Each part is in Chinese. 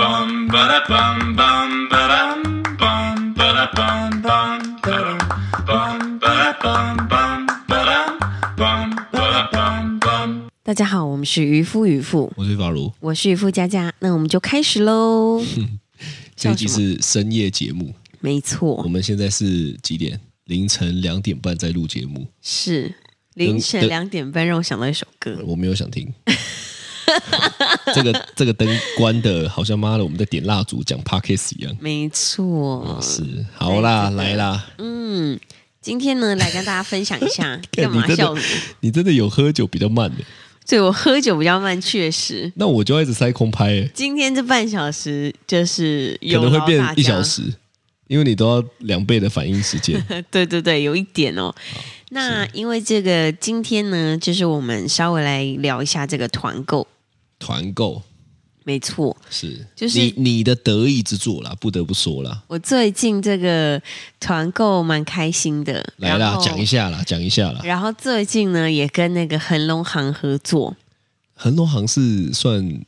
bum ba da bum bum ba dum bum ba da bum bum ba dum bum ba da bum bum ba dum bum ba da bum bum. 大家好，我们是渔夫渔妇，我是法如，我是渔夫佳佳，那我们就开始 喽。这一集叫什是深夜节目，没我错，们现在是几点？凌晨两点半在录节目，是凌晨等两点半让我想到一首歌，我没有 想听。这个这个灯关的，好像妈的我们在点蜡烛讲 podcast 一样。没错。是，好啦，嗯对来啦，今天呢，来跟大家分享一下， 看干嘛你真笑的你？，你真的有喝酒比较慢的，对我喝酒比较慢，确实。那我就要一直塞空拍、欸，今天这半小时就是可有能会劳变大一家小，时，因为你都要两倍的反应时 间。对对对，有一点哦。那因为这个今天呢，就是我们稍微来聊一下这个团购，团购没错，是，就是你你的得意之作啦，不得不说啦。我最近这个团购蛮开心的，来啦然，后讲一。下啦，讲一下啦。然后最近呢，也跟那个恒隆行合作，恒隆行是算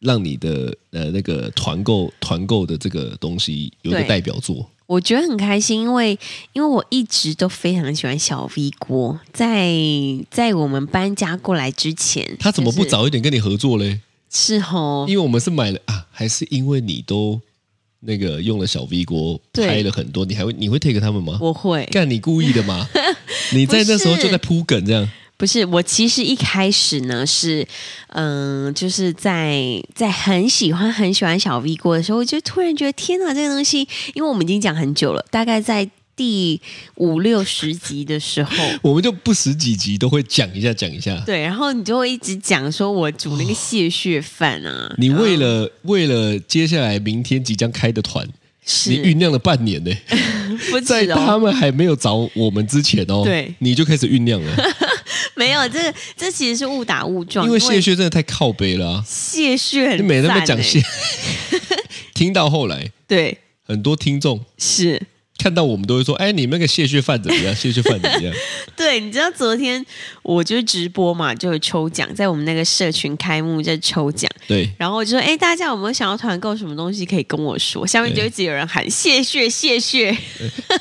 让你的呃那个团购团购的这个东西有一个对代表作，我觉得很开心，因为因为我一直都非常喜欢小 V 锅，在在我们搬家过来之前，他怎么不就是早一点跟你合作嘞？是吼因？为我们是买了啊，还是因为你都那个用了小 V 锅对拍了很多，你还会你会 take 他们吗？我会干你故意的 吗？你在那时候就在铺梗这样，不是我，其实一开始呢是，嗯、就是在在很喜欢很喜欢小 V 锅的时候，我就突然觉得天哪，这个东西，因为我们已经讲很久了，大概在第五六十集的时 候，我们就不十几集都会讲一下讲一下。对，然后你就会一直讲说我煮那个蟹血饭啊， 你为了为了接下来明天即将开的团，你是酝酿了半年呢、不在止他哦，们还没有找我们之前哦，对你就开始酝 酿了，没有这个这其实是误打误撞，因为谢靴真的太靠背了、啊，蟹啊血很你每次赞在讲欸谢， 听到后来对很多听众是。看到我们都会说，哎，你们那个谢靴饭怎 么样？谢靴饭怎么样？对，你知道昨天我就直播嘛，就有抽奖，在我们那个社群开幕在抽奖，对，然后我就说，哎，大家有没有想要团购什么东西可以跟我说？下面就对一直有人喊谢谢谢谢，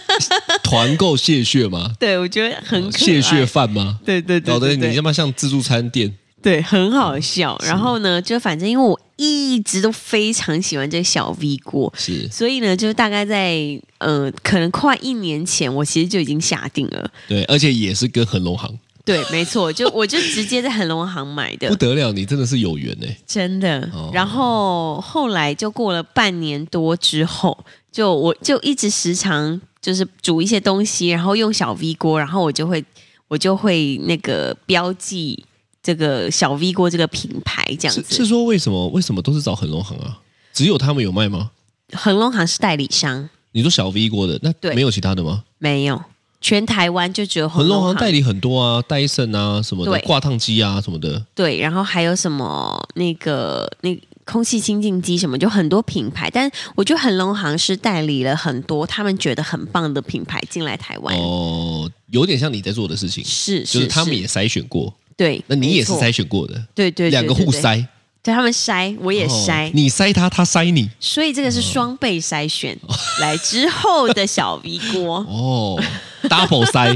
团购谢靴吗？对我觉得很可爱谢靴饭吗？对对对搞得对你他对，妈像自助餐店，对很好笑。然后呢，就反正因为我一直都非常喜欢这个小 V 锅，是所以呢，就大概在呃，可能快一年前，我其实就已经下定了。对，而且也是跟恒隆行，对，没错，就我就直接在恒隆行买的 不，得了，你真的是有缘哎、真的。哦然后后来就过了半年多之后，就我就一直时常就是煮一些东西，然后用小 V 锅，然后我就会我就会那个标记这个小 V 锅这个品牌这样是是子。说为什么为什么都是找恒隆行啊？只有他们有卖吗？恒隆行是代理商，你说小 V 锅的对那没有其他的吗？没有，全台湾就只有恒恒隆隆好像代行。理很多啊，戴森啊什么的对，挂烫机啊什么的，对，然后还有什么那个那。空气清净机什么就很多品牌，但我觉得恒隆行是代理了很多他们觉得很棒的品牌进来台湾。哦，有点像你在做的事情，是，就是他们是也筛选过，对，那你也是没错筛选过的，对对对两个对互对筛，对他们筛，我也哦嗯筛，你筛他，他筛你，所以这个是双倍筛选。来之后的小 V 锅，哦，double 筛，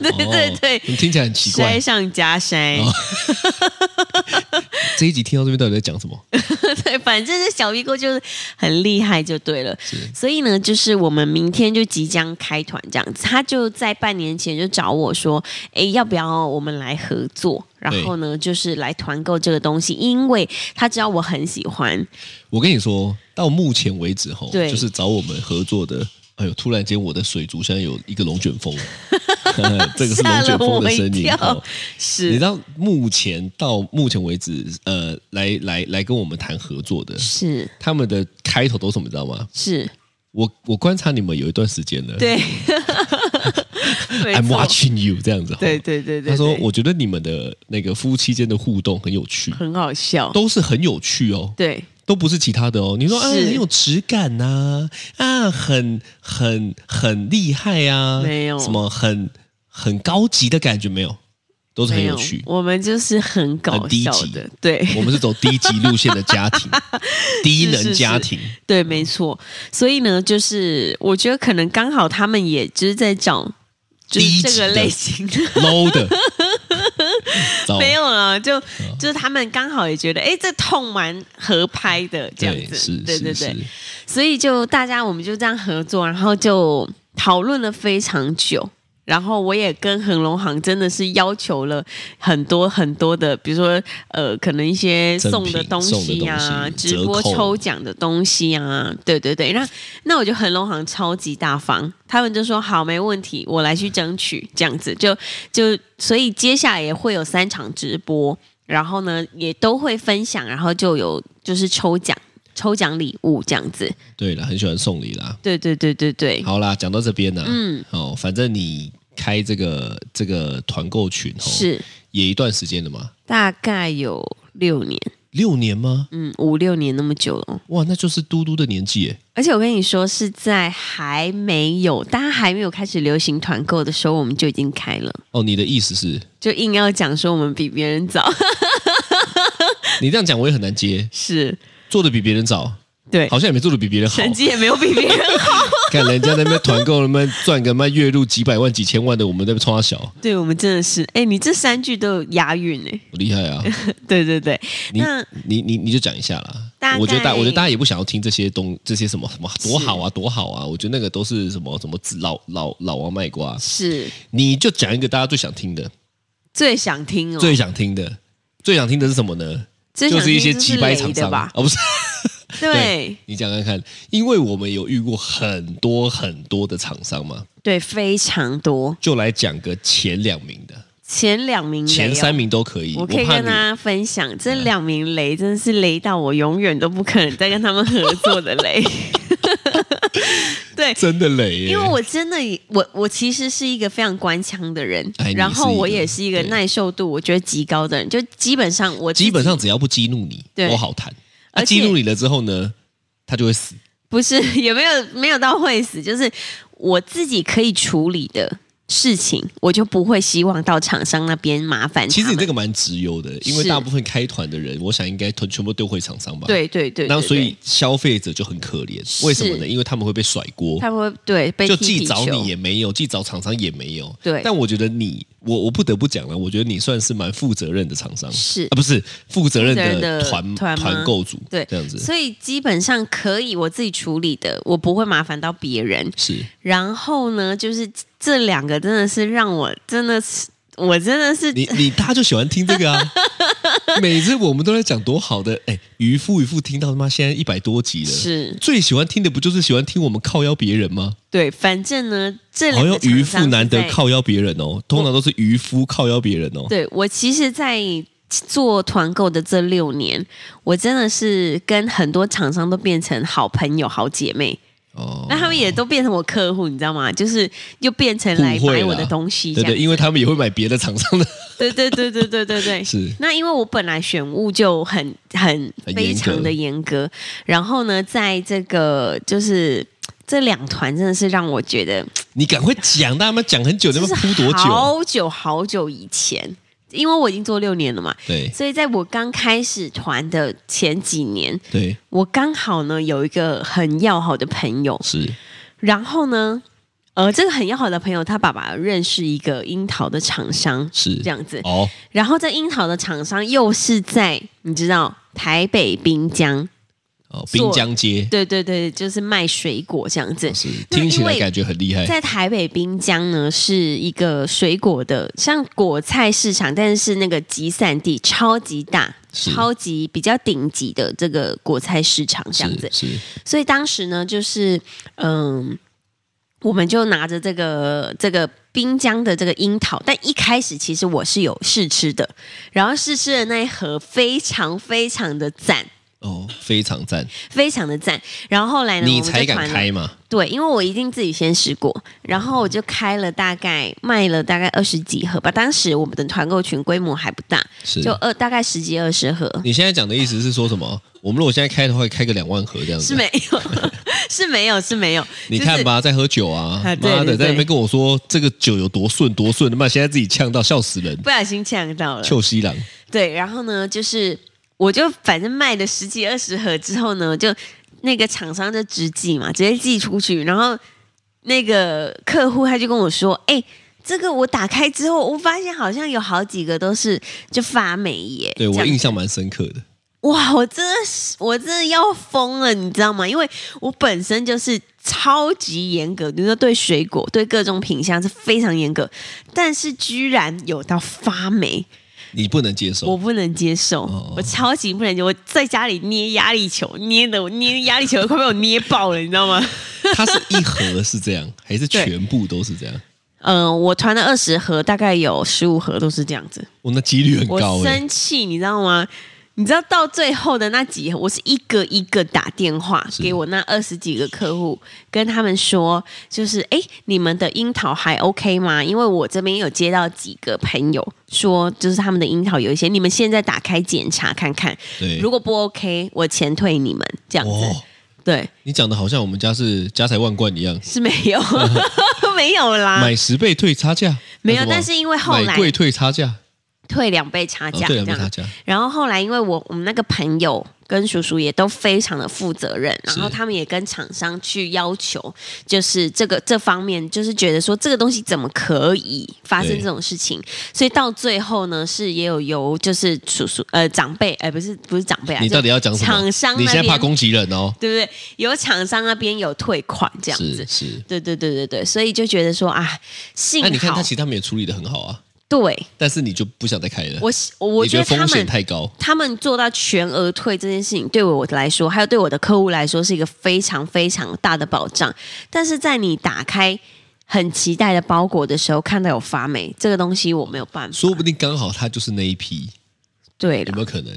对 对对听起来很奇筛怪。上加筛，哦这一集听到这边到底在讲什么？ 对，反正这小 V 锅就是很厉害就对了。所以呢，就是我们明天就即将开团这样子，他就在半年前就找我说，哎，要不要我们来合作？然后呢，就是来团购这个东西，因为他知道我很喜欢，我跟你说，到目前为止吼，对就是找我们合作的。哎呦！突然间，我的水族现在有一个龙卷风， 这个吓是龙了卷风我的一声音。跳哦。是你知道目前到目前为止，呃，来来来跟我们谈合作的，是他们的开头都是什么，你知道吗？是，我我观察你们有一段时间了， 对没，I'm 错 watching you 这样子。哦对，对对对，他说对我觉得你们的那个夫妻间的互动很有趣，很好笑，都是很有趣哦，对都不是其他的哦。你说啊，是很有质感呐、啊，很很很厉害啊，没有什么很很高级的感觉没有，都是很没有趣。我们就是很搞很低笑级的，对我们是走低级路线的家 庭，低是能是家庭，对，没错。所以呢，就是我觉得可能刚好他们也就是在找就是低这级个的类型的 low 的，糟 没有了，就哦就是他们刚好也觉得，哎，这痛蛮合拍的这样对子，是，对是对是对，所以就大家我们就这样合作，然后就讨论了非常久。然后我也跟恒隆行真的是要求了很多很多的，比如说呃，可能一些赠送品的东西啊，送的东西直播折扣抽奖的东西啊，对对对。那那我就恒隆行超级大方，他们就说好没问题，我来去争取这样子，就就所以接下来也会有三场直播，然后呢也都会分享，然后就有就是抽奖。抽奖礼物这样子，对了，很喜欢送礼啦。对对对对对，好啦，讲到这边呢，嗯，哦，反正你开这个这个团购群哦，是也一段时间了嘛，大概有六年，六年吗？嗯，五六年那么久了哦。哇，那就是嘟嘟的年纪耶，而且我跟你说，是在还没有大家还没有开始流行团购的时候，我们就已经开了，哦，你的意思是，就硬要讲说我们比别人 早，你这样讲我也很难接，是做的比别人早，对，好像也没做的比别人好，成绩也没有比别人 好，看人家那边团购，那边赚个卖月入几百万、几千万的，我们在那边冲他小，对我们真的是，哎，你这三句都有押韵哎，厉害啊！对对对，你那你你你就讲一下啦大概。我觉得大，我觉得大家也不想要听这些东这些什么什么多好啊多好啊，我觉得那个都是什么什么自老老老王卖瓜。是你就讲一个大家最想听的，最想听哦，最想听的，最想听的是什么呢？最就想是一听些就鸡是掰雷厂的商吧，哦，不是，对你讲看看，因为我们有遇过很多很多的厂商嘛，对，非常多，就来讲个前两名的，前两名雷前哦三名都可以。我我可以怕跟你嗯大家分享，这两名雷真的是雷到我永远都不可能再跟他们合作的 雷。对，真的欸累耶，因为我真的也，我我其实是一个非常官腔的人，哎你然后是一个我也是一个对耐受度我觉得极高的人，就基本上我自己基本上只要不激怒你，对都好谈。而啊，且激怒你了之后呢，他就会死。不是 也没有没有到会死，就是我自己可以处理的事情，我就不会希望到厂商那边麻烦他们。其实你这个蛮直邮的，因为是大部分开团的人，我想应该全全部都会厂商吧。。对对对，然后对所以对消费者就很可怜，为什么呢？因为他们会被甩锅，他们会对被就踢既皮找球你也没有，既找厂商也没有。对但我觉得你，我我不得不讲了，我觉得你算是蛮负责任的厂商，是啊，不是负责任负责任的的团团吗团购组，对这样子所以基本上可以我自己处理的，我不会麻烦到别人。是然后呢，就是这两个真的是让我真的是，我真的是你你大家就喜欢听这 个啊！每次我们都在讲多好的，哎，渔夫渔夫听到他妈现在一百多集了，是最喜欢听的不就是喜欢听我们靠邀别人吗？对，反正呢，这好两像个厂渔商夫是难得在。靠邀别人哦，通常都是渔夫靠邀别人哦。对我其实，在做团购的这六年，我真的是跟很多厂商都变成好朋友、好姐妹。哦，那他们也都变成我客户，你知道吗？就是又变成来互惠买啦我的东西，这对样对，因为他们也会买别的厂 商的，对对对对对对对，是那因为我本来选物就很很很非严格常的严格，然后呢，在这个就是这两团真的是让我觉得，你赶快讲，大家讲很久，你就们是铺多久？啊好久好久以前，因为我已经做六年了嘛，对所以在我刚开始团的前几年，对，我刚好呢有一个很要好的朋友，是然后呢，呃，这个很要好的朋友他爸爸认识一个樱桃的厂商，是这样子，哦，然后这樱桃的厂商又是在你知道台北滨江，哦，滨做江街对对对，就是卖水果这样子。是那听起因来为感觉很厉害，在台北滨江呢，是一个水果的，像果菜市场，但是是那个集散地超级大、是超级比较顶级的这个果菜市场这样子是。是所以当时呢，就是嗯，我们就拿着这个这个滨江的这个樱桃，但一开始其实我是有试吃的，然后试吃的那一盒非常非常的赞，哦，非常赞，非常的赞。然后后来呢，你哎我们才就敢团了开嘛？对，因为我一定自己先试过，然后我就开了大概卖了大概二十几盒吧。当时我们的团购群规模还不大，是就二大概十几二十盒，你现在讲的意思是说什么？我们如果现在开的话，开个两万盒这样子，啊是没有， 是没有，是没有。你看就是吧，在喝酒啊，啊对妈的，对对在那边跟我说这个酒有多顺多顺，他妈现在自己呛到，笑死 人。不小心呛到了。邱西郎，对，然后呢，就是我就反正卖了十几二十盒之后呢，就那个厂商就直寄嘛，直接寄出去，然后那个客户他就跟我说：“哎、这个我打开之后，我发现好像有好几个都是就发霉耶。对这我样印象蛮深刻的。哇，我真的是我真的要疯了，你知道吗？因为我本身就是超级严格，比如说对水果、对各种品相是非常严格，但是居然有到发霉，你不能接我受，不能接受，哦我超级不能接受。我在家里捏压力球，捏的我捏压力球都快被我捏爆了，你知道 吗？它是一盒是这 样，还是全部都是这样？嗯、我团了二十盒，大概有十五盒都是这样子。我那几率很我高哎、生气，你知道吗？你知道到最后的那几盒，我是一个一个打电话是给我那二十几个客户，跟他们说，就是哎，诶你们的樱桃还 OK 吗？因为我这边有接到几个朋友说，就是他们的樱桃有一些，你们现在打开检查看看，对，如果不 OK，我钱退你们这样子。哦，对，你讲的好像我们家是家财万贯一样，是没 有，没有啦，买十倍退差价，啊没有还什么但是因为后来买贵退差价，退两倍差哦价、对，这两倍样差。价，然后后来，因为我我们那个朋友跟叔叔也都非常的负责任，是然后他们也跟厂商去要求，就是这个这方面，就是觉得说这个东西怎么可以发生对这种事情，所以到最后呢，是也有由就是叔叔呃长辈，哎、不是不是长辈啊，你就到底要讲什么？厂商你那现在怕边攻击人哦，对不对？有厂商那边有退款这样子是，是。对对对对对，所以就觉得说啊，幸那好你看他其实他们也处理的很好啊，对但是你就不想再开了，我我我你觉觉得得他风险们太高。他们做到全额退这件事情，对我来说，还有对我的客户来说，是一个非常非常大的保障。但是在你打开很期待的包裹的时候，看到有发霉这个东西，我没有办法。说不定刚好他就是那一批，对有了没，有可能？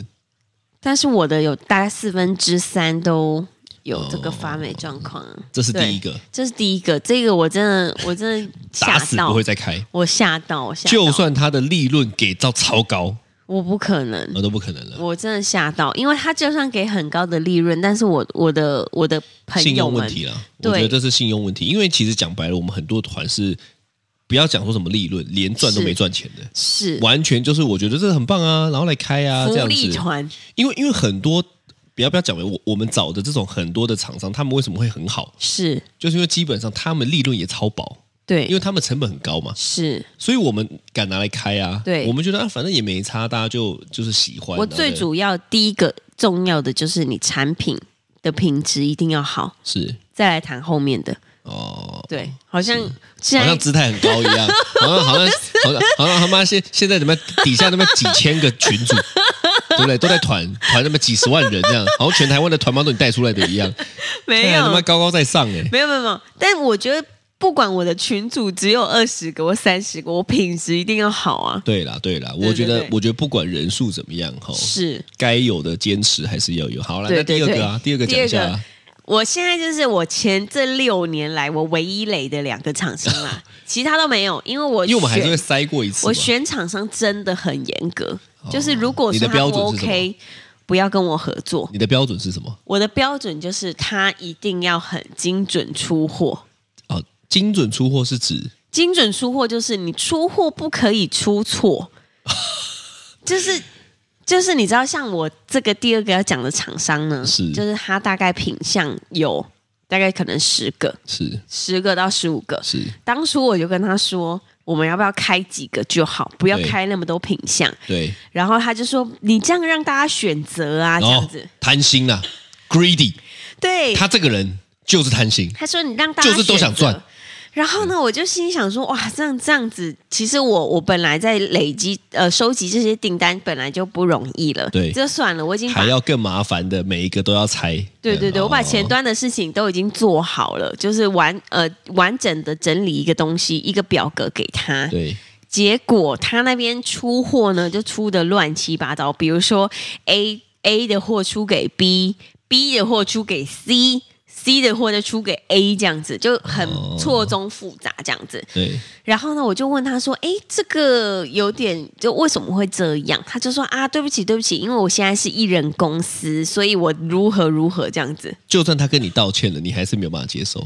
但是我的有大概四分之三都有这个发霉状况啊。哦这是对第一个，这是第一个，这个我真的我真的吓 打死到不会，再开。我吓到，我吓到，就算他的利润给到超高，我不可能。那都不可能了。嗯我真的吓到，因为他就算给很高的利润，但是我我的我的朋信友用问们题啦，我对觉得这是信用问题。因为其实讲白了，我们很多团是不要讲说什么利润，连赚都是没赚钱的，是完全就是我觉得这很棒啊，然后来开啊这福样利子。团，因为因为很多不要不要讲我我们找的这种很多的厂商，他们为什么会很好，是就是因为基本上他们利润也超薄，因对，为他们成本很高嘛。是所以我们敢拿来开啊。对我们觉得啊，反正也没差，大家就就是喜欢。我然后最再主要第一个重要的就是你产品的品质一定要好，是再来谈后面的。哦，对，好像好现像在姿态很高一样，好像好像好像好像他妈现现在怎么底下那么几千个群 主，对不对？都在团团那么几十万人这样，好像全台湾的团帮都你带出来的一样， 没看来他妈有高高在上哎、没有没有没有，但我觉得不管我的群主只有二十个或三十个，我品质一定要好啊。对啦，对啦，我对觉得，对我觉得不管人数怎么样哈，是该有的坚持还是要有。好了，对那对第二对个啊，第二个第讲一二下个啊，我现在就是我前这六年来我唯一累的两个厂商 啦，其他都没有，因为我因为我们还是选会塞过一次嘛。哦我选厂商真的很严格，就是如果你说的他标不准是什么 OK，不要跟我合作。你的标准是什么？我的标准就是他一定要很精准出货。哦，精准出货是指精准出货就是你出货不可以出 错，就是就是你知道，像我这个第二个要讲的厂商呢，是就是他大概品相有大概可能十个，是十个到十五个。是当初我就跟他说，我们要不要开几个就好，不要对开那么多品相。对，然后他就说：“你这样让大家选择啊，这然样后子。贪心啦、g r e e d y 对，哦他这个人就是贪心，他说：“你让大家就是都想选择赚。”然后呢，我就心里想说：“哇，这样这样子，其实我我本来在累积呃收集这些订单本来就不容易了，对这算了，我已经把还要更麻烦的，每一个都要猜。对对对，我把哦前端的事情都已经做好了，就是完呃完整的整理一个东西一个表格给他，对结果他那边出货呢，就出的乱七八糟。比如说 A A 的货出给 B，B 的货出给 C。C 的货再出给 A 这样子，就很哦错综复杂这样子。对，然后呢，我就问他说：“诶，这个有点，就为什么会这样？”他就说：“啊，对不起，对不起，因为我现在是艺人公司，所以我如何如何这样子，就算他跟你道歉了，你还是没有办法接受。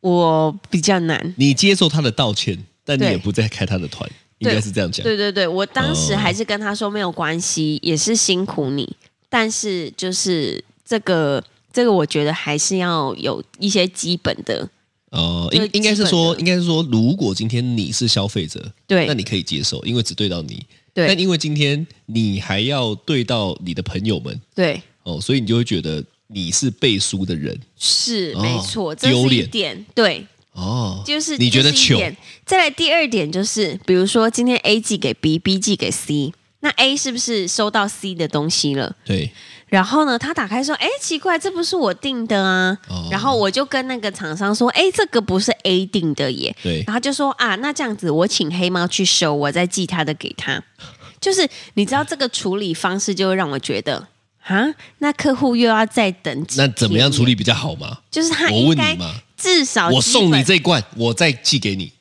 我比较难。你接受他的道歉，但你对也不再开他的团，应对该是这样”讲。对对对，我当时哦还是跟他说没有关系，也是辛苦你，但是就是这个这个，我觉得还是要有一些基本的哦，就应是应该是基本说，的应该是说，如果今天你是消费者，对那你可以接受，因为只对到你。对但因为今天你还要对到你的朋友们对。哦，所以你就会觉得你是背书的人是哦没错，这丢是一脸点对，哦。就是你觉得这是一糗点再来第二点就是，比如说今天 A 寄给 B，B 寄给 C，那 A 是不是收到 C 的东西了？对然后呢，他打开说：“哎，奇怪，这不是我订的啊。哦然后我就跟那个厂商说：“哎，这个不是 A 订的耶。”对然后就说：“啊，那这样子，我请黑猫去收，我再寄他的给他。” 就是你知道这个处理方式，就会让我觉得啊，那客户又要再等几那怎么样天处耶？理比较好嘛？就是他我应问该你嘛，至少我基送本你这一罐，我再寄给你，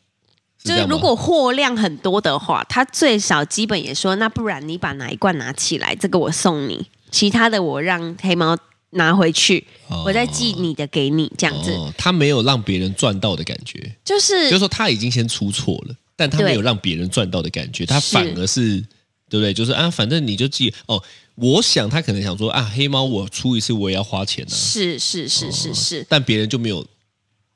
就是这是样吗如果货量很多的话，他最少基本也说，那不然你把哪一罐拿起来，这个我送你，其他的我让黑猫拿回去，哦我再寄你的给你，这样子、哦，他没有让别人赚到的感觉，就是就是说他已经先出错了，但他没有对让别人赚到的感觉，他是反而是对不对？就是啊，反正你就记哦。我想他可能想说啊，黑猫我出一次我也要花钱啊，是是是是是。但别人就没有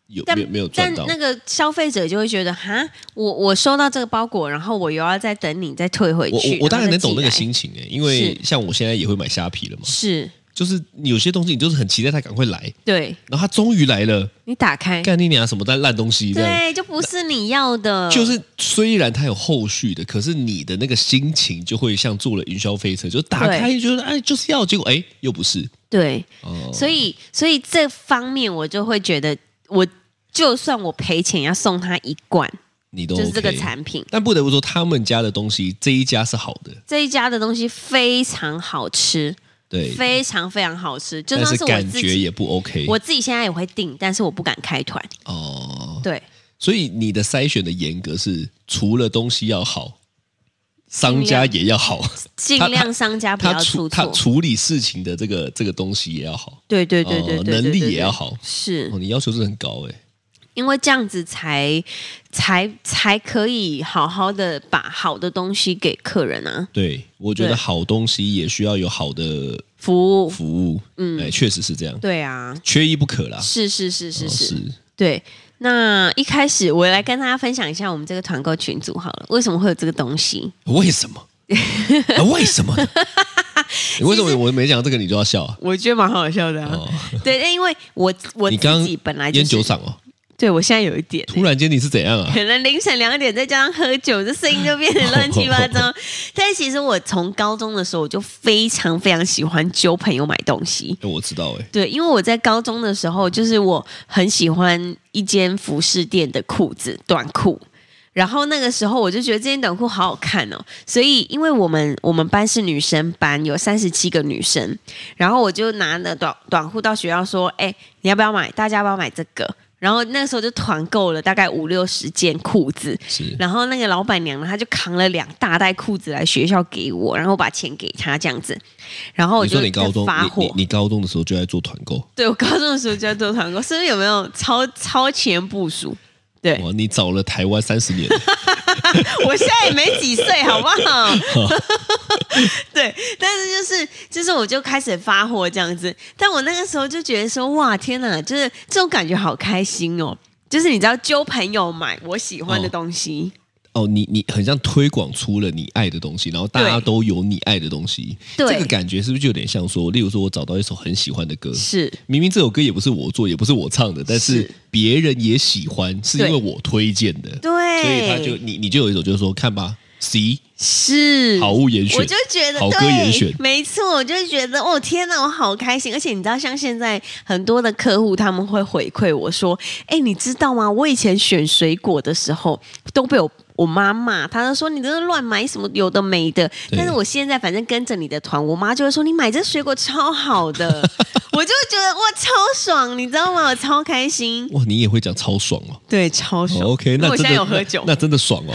有但没有没有但赚到那个消费者就会觉得，哈，我我收到这个包裹，然后我又要再等你再退回去。我我我当然能懂那个然后再寄来，心情诶、欸因为像我现在也会买虾皮了嘛，是就是有些东西你就是很期待它赶快来，对然后它终于来了，你打开，干你娘什么烂烂东西这样，对，就不是你要的，就是虽然它有后续的，可是你的那个心情就会像坐了云霄飞车，就打对开就是哎就是要，结果哎又不是对。哦，所以，所以这方面我就会觉得，我就算我赔钱要送他一罐，你都就是这个 OK 产品。但不得不说，他们家的东西这一家是好的，这一家的东西非常好吃，对，非常非常好吃。就但算是是我感自觉己，也不 OK 我自己现在也会订，但是我不敢开团。哦。对，所以你的筛选的严格是，除了东西要好，商家也要好，尽量商家不他嗯要处出他错。处理事情的这个这个东西也要好，对对对对对哦对，能对力也要。好对。是哦，你要求是很高哎，因为这样子才才才可以好好的把好的东西给客人啊，对我觉得对好东西也需要有好的服务。服务，嗯，哎，确实是这样，对啊，缺一不可啦。是是是是哦是。对，那一开始我来跟大家分享一下我们这个团购群组好了，为什么会有这个东西？哦为 什么？啊为什么呢？你为什么我没讲到这个你就要笑啊？我觉得蛮好笑的、啊哦，对，但因为我我你刚自己本来就烟酒是，嗓哦，对我现在有一点、突然间你是怎样 啊？可能凌晨两点再加上喝酒，这声音就变得乱七八糟。但其实我从高中的时候，我就非常非常喜欢揪朋友买东西。哎我知道哎，对，因为我在高中的时候，就是我很喜欢一间服饰店的裤子短裤。然后那个时候我就觉得这件短裤好好看哦，所以因为我们我们班是女生班，有三十七个女生，然后我就拿了短短裤到学校说，哎，你要不要买？大家要不要买这个？然后那个时候就团购了大概五六十件裤子，是然后那个老板娘呢，她就扛了两大袋裤子来学校给我，然后我把钱给她这样子，然哦后我你就说你高中，在发你火你你高中的时候就在做团购， 对我高中的时候就在做团购，是不是有没有超超前部署？对哇，你找了台湾三十年， 我现在也没几岁，好不好？ 对，但是就是就是我就开始发火这样子，但我那个时候就觉得说，哇，天哪，就是这种感觉好开心哦。就是你知道，揪朋友买我喜欢的东西，哦，你你很像推广出了你爱的东西，然后大家对都有你爱的东西，对这个感觉是不是就有点像说，例如说我找到一首很喜欢的歌，是明明这首歌也不是我做，也不是我唱的，但是是别人也喜欢，是因对为我推荐的，对，所以他就你你就有一种就是说，看吧，C 是好物严选，我就觉得好歌对严选，没错，我就觉得哦天哪，我好开心！而且你知道，像现在很多的客户他们会回馈我说：“哎，你知道吗？我以前选水果的时候都被我我妈骂她就说你这是乱买什么有的没的。对但是我现在反正跟着你的团，我妈就会说你买这水果超好的，我就会觉得哇超爽，你知道吗？我超开心，哇，你也会讲超爽哦。对，超爽。哦 OK，那因为我真现的在有喝酒那，那真的爽 哦。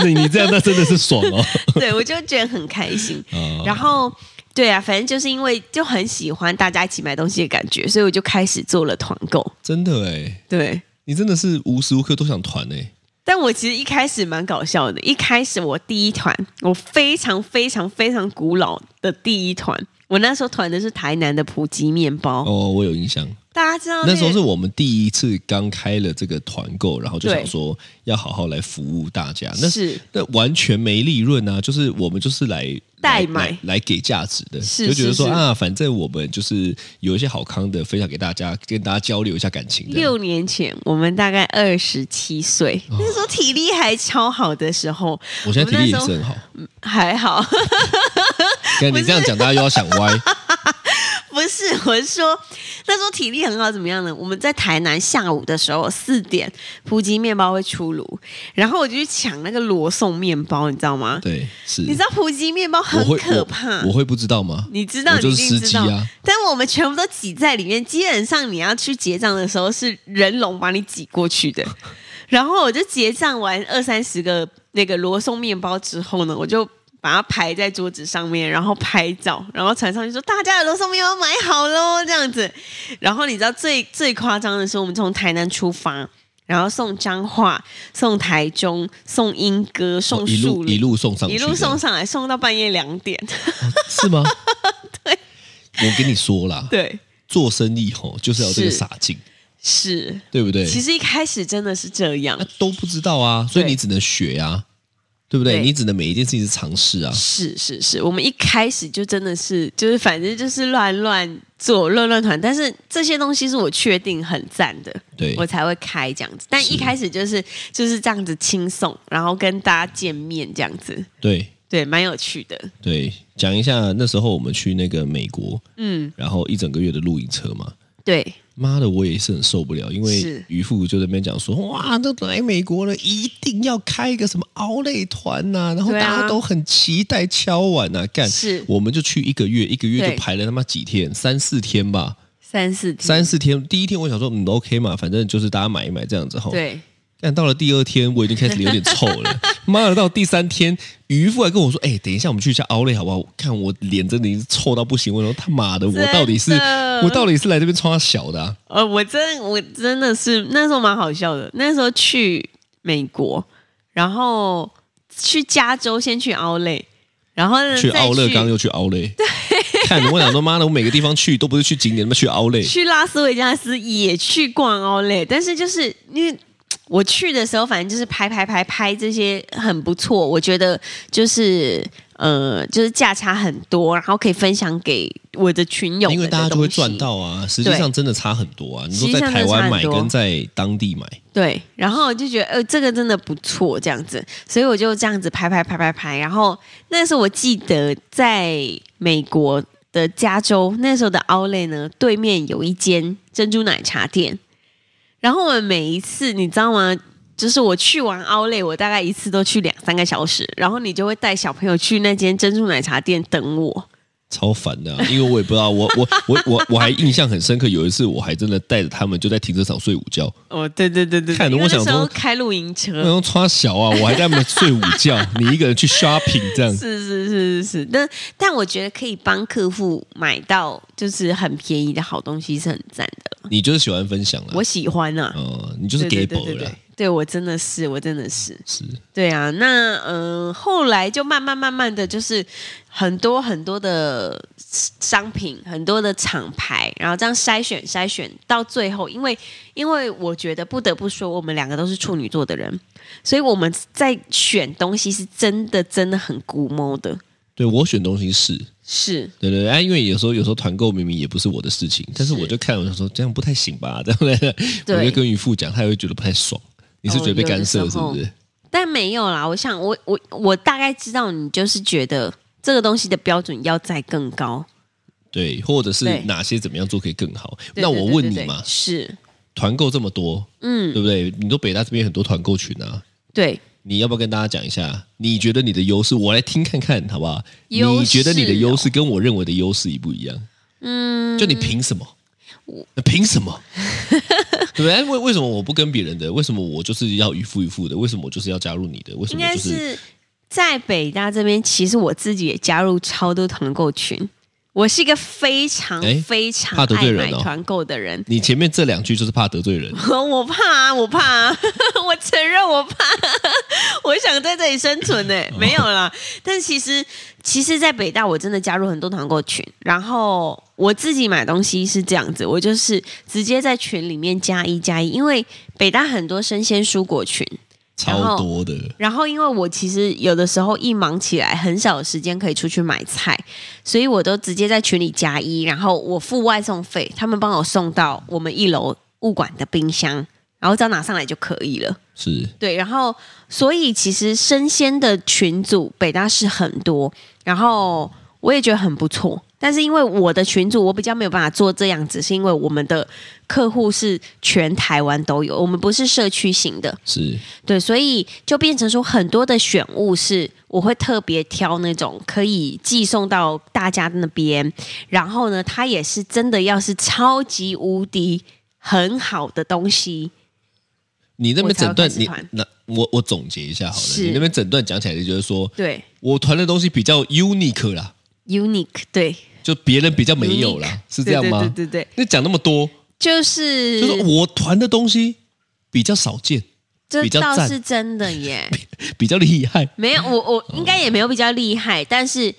那你这样那真的是爽哦。 对我就觉得很开心。啊然后对啊，反正就是因为就很喜欢大家一起买东西的感觉，所以我就开始做了团购。真的哎，对，你真的是无时无刻都想团哎。但我其实一开始蛮搞笑的。一开始我第一团，我非常非常非常古老的第一团，我那时候团的是台南的普吉面包。哦，我有印象，大家知道、那时候是是我们第一次刚开了这个团购，然后就对想说要好好来服务大家。那是那完全没利润啊，就是我们就是来代来买来来给价值的，是就觉得说是是啊，反正我们就是有一些好康的分享给大家，跟大家交流一下感情的。六年前，我们大概二十七岁，那时候体力还超好的时候，哦我现在体力也我是们那时很好，还好。但你这样讲大家又要想 歪，不是，我是说那时候体力很好，怎么样呢？我们在台南下午的时候四点，普吉面包会出炉，然后我就去抢那个罗宋面包，你知道吗？对，是。你知道普吉面包我很会可我怕，我会不知道吗？你知道，我你就一是司定机知道。啊，但我们全部都挤在里面，基本上你要去结账的时候是人龙把你挤过去 的。然后我就结账完二三十个那个罗宋面包之后呢，我就把它排在桌子上面，然后拍照，然后传上去说大家的罗宋面包买好喽这样子。然后你知道最最夸张的是，我们从台南出发。然后送彰化，送台中，送莺歌，送哦一树路林、一路送上去一的，路送上来，送到半夜两点。 是吗？对，我跟你说啦，对，做生意吼就是要这个是傻劲，是，对不对？其实一开始真的是这样那，都不知道啊，所以对你只能学呀、啊，对不对？对你只能每一件事情是尝试啊。是是是，我们一开始就真的是就是反正就是乱乱做乱乱团，但是这些东西是我确定很赞的，对我才会开这样子。但是一开始就是就是这样子轻松，然后跟大家见面这样子，对对，蛮有趣的。对，讲一下那时候我们去那个美国，嗯，然后一整个月的露营车嘛。对，妈的，我也是很受不了，因为是渔夫就在那边讲说，哇，都来美国了，一定要开一个什么奥类团呐、然后大对啊家都很期待敲碗呐、干，是我们就去一个月，一个月对嗯就排了他妈几天，三四天吧，三四天三四天。第一天我想说，嗯，OK 嘛，反正就是大家买一买这样子吼。对，但到了第二天，我已经开始有点臭 了。妈的，到第三天，渔夫还跟我说：“哎、等一下，我们去一下奥莱好不好？”看我脸真的已经臭到不行。我说：“他妈的，我真的到底是我到底是来这边穿他小的、啊？呃，我真我真的是那时候蛮好笑的。那时候去美国，然后去加州，先去奥莱，然后呢去再奥勒冈又去奥莱，看我想说，妈的，我每个地方去都不是去景点，他妈去奥 莱。去拉斯维加斯也去逛奥莱，但是就是因为。我去的时候，反正就是拍拍拍拍这些很不错，我觉得就是呃，就是价差很多，然后可以分享给我的群友们因的东西，为大家就会赚到啊，实际上真的差很多啊。你说在台湾实际上真的差很买多跟在当地买，对，然后我就觉得，呃，这个真的不错，这样子，所以我就这样子拍拍拍拍拍。然后那时候我记得在美国的加州，那时候的奥莱呢，对面有一间珍珠奶茶店。然后我们每一次，你知道吗？就是我去完奥莱，我大概一次都去两三个小时，然后你就会带小朋友去那间珍珠奶茶店等我。超烦的啊、 因为我也不知道，我我我我我还印象很深刻，有一次我还真的带着他们就在停车场睡午觉。哦，对对对对，看对因我为想那时候说开露营车， 那种穿小啊，我还在那边睡午觉， 你一个人去 shopping 这样，是是是是是，但但我觉得可以帮客户买到就是很便宜的好东西是很赞的，你就是喜欢分享了我，喜欢啊。呃，你就是对 gay 对 boy 对对了对，，对我真的是，我真的是，是对啊。那嗯、呃后来就慢慢慢慢的就是很多很多的商品，很多的厂牌，然后这样筛选筛选到最后，因为因为我觉得不得不说，我们两个都是处女座的人，所以我们在选东西是真的真的很估摸的，对我选东西是。是对对，对啊，因为有时候有时候团购明明也不是我的事情，但是是我就看我就说这样不太行吧， 这样的，我就跟渔夫讲，他也会觉得不太爽。你是觉得被干哦涉有的时是候不是？但没有啦，我想我我我大概知道你就是觉得这个东西的标准要再更高。对，或者是对哪些怎么样做可以更好？对那对我对问对你对嘛，是，团购这么多，嗯，对不对？你说北大这边很多团购群啊，对，你要不要跟大家讲一下？你觉得你的优势，我来听看看，好不好？优势哦你觉得你的优势跟我认为的优势一不一样？嗯，就你凭什么？凭 什么？对不对？为为什么我不跟别人的？为什么我就是要一副一副的？为什么我就是要加入你的？为什应么我该就是在北大这边，其实我自己也加入超多团购群。我是一个非常哎非常怕得罪爱人买哦团购的人，你前面这两句就是怕得 罪人？我怕啊，我怕啊， 我承认我怕，我想在这里生存呢、没有啦。但其实，其实，在北大我真的加入很多团购群，然后我自己买东西是这样子，我就是直接在群里面加一加一，因为北大很多生鲜蔬果群，超多的，然后，因为我其实有的时候一忙起来，很少有时间可以出去买菜，所以我都直接在群里加一，然后我付外送费，他们帮我送到我们一楼物管的冰箱，然后只要拿上来就可以了。是对，然后所以其实生鲜的群组北大是很多，然后我也觉得很不错。但是因为我的群组，我比较没有办法做这样子，是因为我们的客户是全台湾都有，我们不是社区型的，是对，所以就变成说很多的选物是我会特别挑那种可以寄送到大家那边，然后呢，它也是真的要是超级无敌很好的东西，你那边诊我断才会开始你团那我我总结一下好了，是你那边诊断讲起来就觉得说，对我团的东西比较 unique 啦， ，unique，对，就别人比较没有啦， Unique 是这样吗？对对对对对那讲那么多，就是就是我团的东西比较少见，这比较倒赞哦是真的 耶，比较厉害，没有，我我应该也没有比较厉害，但是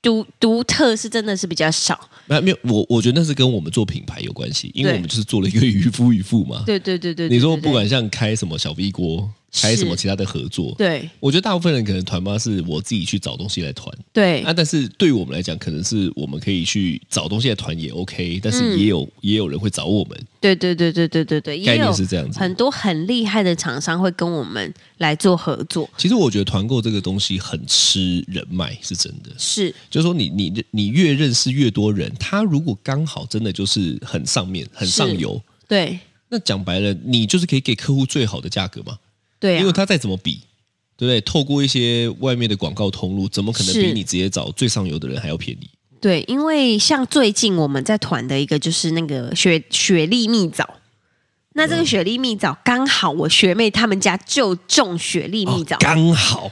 独独特是真的是比较少，啊没有没有，我我觉得那是跟我们做品牌有关系，因为对我们就是做了一个渔夫渔妇嘛。对对对对，对你说对不管对像开什么小 V 锅，开什么是其他的合作，对我觉得大部分人可能团妈是我自己去找东西来团，对啊，但是对于我们来讲，可能是我们可以去找东西来团也 OK，但嗯是也有、也有人会找我们，对对对对对对对，也概念有是这样子很多很厉害的厂商会跟我们来做合作，其实我觉得团购这个东西很吃人脉，是真的。是就是说你，你你越认识越多人，他如果刚好真的就是很上面、很上游，对那讲白了，你就是可以给客户最好的价格嘛。对因为啊，他再怎么比，对不对？透过一些外面的广告通路，怎么可能是比你直接找最上游的人还要便宜？对，因为像最近我们在团的一个就是那个雪雪莉蜜枣。那嗯这个雪莉蜜枣刚好我学妹她们家就种雪莉蜜枣，哦刚好，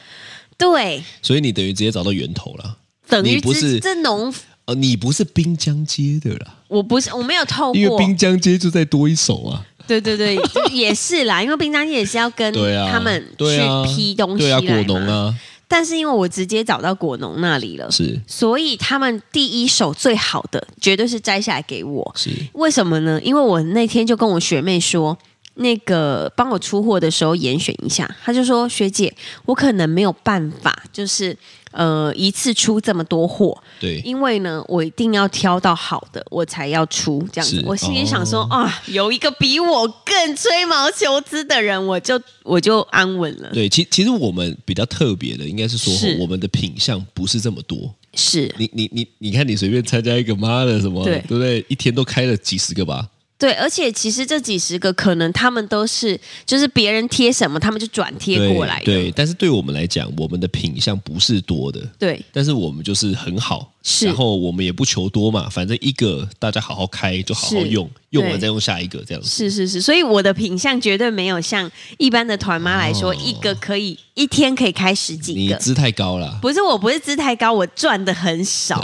对，所以你等于直接找到源头了。等于你不这是这农，呃，你不是滨江街的啦。我不哦是我没有透因为过，滨江街就再多一手啊，对对 对，就也是啦，因为冰箱也是要跟对啊，他们对去啊批东西对啊，来果嘛农啊，但是因为我直接找到果农那里了，是所以他们第一手最好的绝对是摘下来给我。是为什么呢？因为我那天就跟我学妹说，那个帮我出货的时候严选一下，她就说学姐，我可能没有办法，就是呃一次出这么多货，对，因为呢我一定要挑到好的，我才要出这样子是。哦我心里想说、啊，有一个比我更吹毛求疵的人，我就我就安稳了。对，其其实我们比较特别的，应该是说是我们的品相不是这么多。是你你你你看，你随便参加一个妈的什么，对对不对？一天都开了几十个吧，对，而且其实这几十个可能他们都是，就是别人贴什么，他们就转贴过来的。对，对但是对我们来讲，我们的品相不是多的。对但是我们就是很好，是然后我们也不求多嘛，反正一个大家好好开就好好是用，用对完再用下一个这样子。是是是，所以我的品相绝对没有像一般的团妈来说，哦一个可以一天可以开十几你个。姿态高啦。不是，我不是姿态高，我赚的很 少，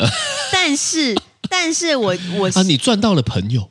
但是但是我我是、啊，你赚到了朋友，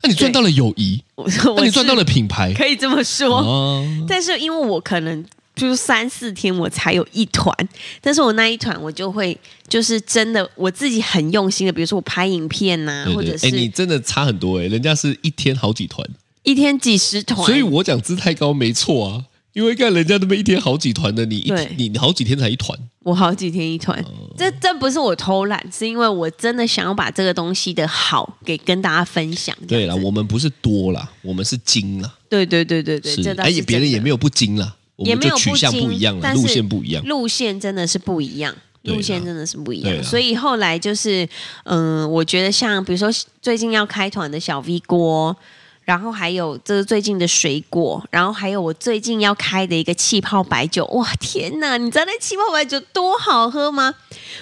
啊，你赚到了友谊，我 那、我你赚到是了品牌可以这么说。哦，但是因为我可能就是三四天我才有一团，但是我那一团我就会就是真的我自己很用心的，比如说我拍影片呐、对啊或对者，哎，你是真的差很多哎、人家是一天好几团，一天几十团，所以我讲姿态高没错啊，因为看人家那么一天好几团的，你一对你你好几天才一团，我好几天一哦团。这这不是我偷懒，是因为我真的想要把这个东西的好给跟大家分享。对这啦，样子我们不是多啦，我们是精啦，对对对对对，这倒哎，是别人也没有有不精啦，我也们没有就取向不精不一样啦，但是路线不 一样，路线真的是不一样。对啦啊路线真的是不一对啊样，啦所以后来就是，嗯、我觉得像比如说最近要开团的小 V 锅，然后还有这是最近的水果，然后还有我最近要开的一个气泡白酒。哇，天哪！你知道那气泡白酒多好喝吗？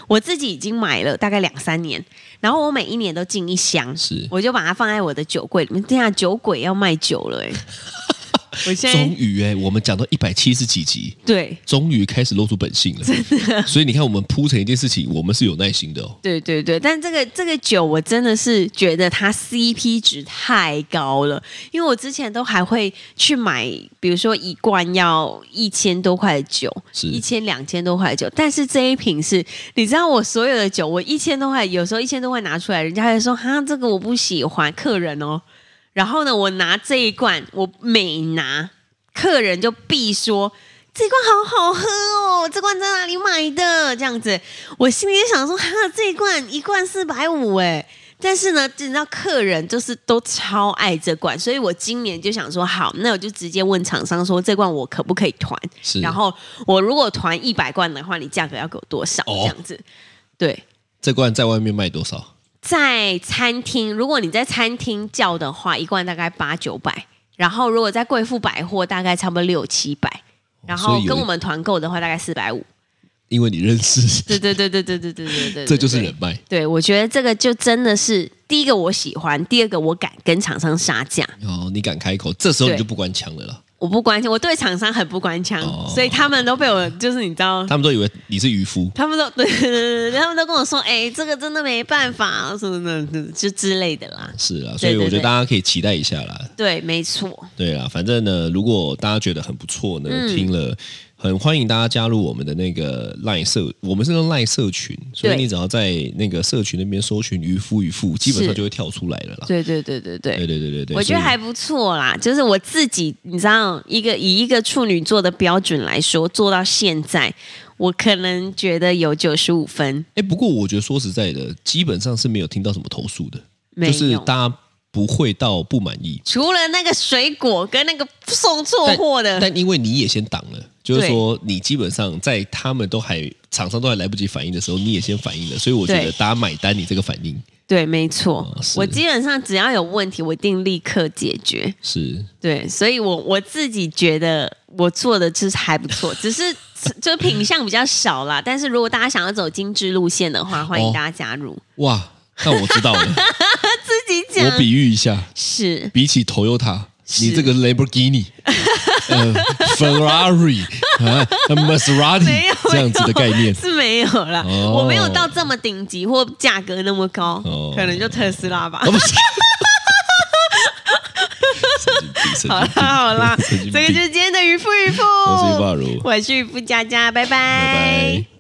我自己已经买了大概两三年，然后我每一年都进一 箱，是我就把它放在我的酒柜里面。天啊，酒鬼要卖酒了 哎、我现终在于哎、我们讲到一百七十几集，对终于开始露出本性了。所以你看，我们铺成一件事情，我们是有耐心的哦。对对对，但这个这个酒我真的是觉得它 CP 值太高了，因为我之前都还会去买，比如说一罐要一千多块的酒，是一千两千多块的酒，但是这一瓶是，你知道我所有的酒，我一千多块，有时候一千多块拿出来，人家还说哈这个我不喜欢，客人哦，然后呢，我拿这一罐，我每拿客人就必说。这罐好好喝哦！这罐在哪里买的？这样子，我心里就想说，哈，这一罐一罐四百五哎，但是呢，你知道客人就是都超爱这罐，所以我今年就想说，好，那我就直接问厂商说，这罐我可不可以团？是，然后我如果团一百罐的话，你价格要给我多少？哦这样子，对。这罐在外面卖多少？在餐厅，如果你在餐厅叫的话，一罐大概八九百，然后如果在贵妇百货，大概差不多六七百，然所后以有跟一我们团购的话，大概四 百五。因为你认识，对对对对对对对对对对，这就是对人脉。对，我觉得这个就真的是第一个我喜欢，第二个我敢跟厂商杀价，哦，你敢开口，这时候你对就不关枪了啦。我不关心，我对厂商很不关枪，哦所以他们都被我就是你知 道。他们都以为你是渔夫，他们都对对对对对，他们都跟我说，哎、这个真的没办法，啊什么的，就之类的啦。是啦，对所以我觉对得对大家可以期待一下啦。对，没错，对啦，反正呢，如果大家觉得很不错呢，嗯听了很欢迎大家加入我们的那个赖社，我们是用赖社群，所以对你只要在那个社群那边搜寻渔夫渔妇，基本上是就会跳出来了啦。对对对对对。对对对对对，我觉得所以还不错啦，就是我自己，你知道，一个以一个处女座的标准来说，做到现在，我可能觉得有九十五分，哎，不过我觉得说实在的，基本上是没有听到什么投诉的，没就有。是大家不会到不满意。除了那个水果跟那个送 错货的，但因为你也先挡了，就是对说你基本上在他们都还厂商都还来不及反应的时候，你也先反应了，所以我觉对得大家买单你这个反应对，没错哦，是我基本上只要有问题，我一定立刻解决。是对，所以我我自己觉得我做的就是还不 错，只是就品相比较少啦。但是如果大家想要走精致路线的话，欢迎哦大家加入。哇。那我知道 了，自己我讲比喻一下，是比起 Toyota，是你这个 Lamborghini、呃、Ferrari 啊、没有 Maserati 这样子的概念， 是没有啦，哦我没有到这么顶级或价格那么高，哦可能就特斯拉吧哦。不是。神经病神经病 好啦好 啦，神经这个哦病 就是今天的渔夫渔夫，我是巴如，我是渔夫佳佳，拜拜拜拜。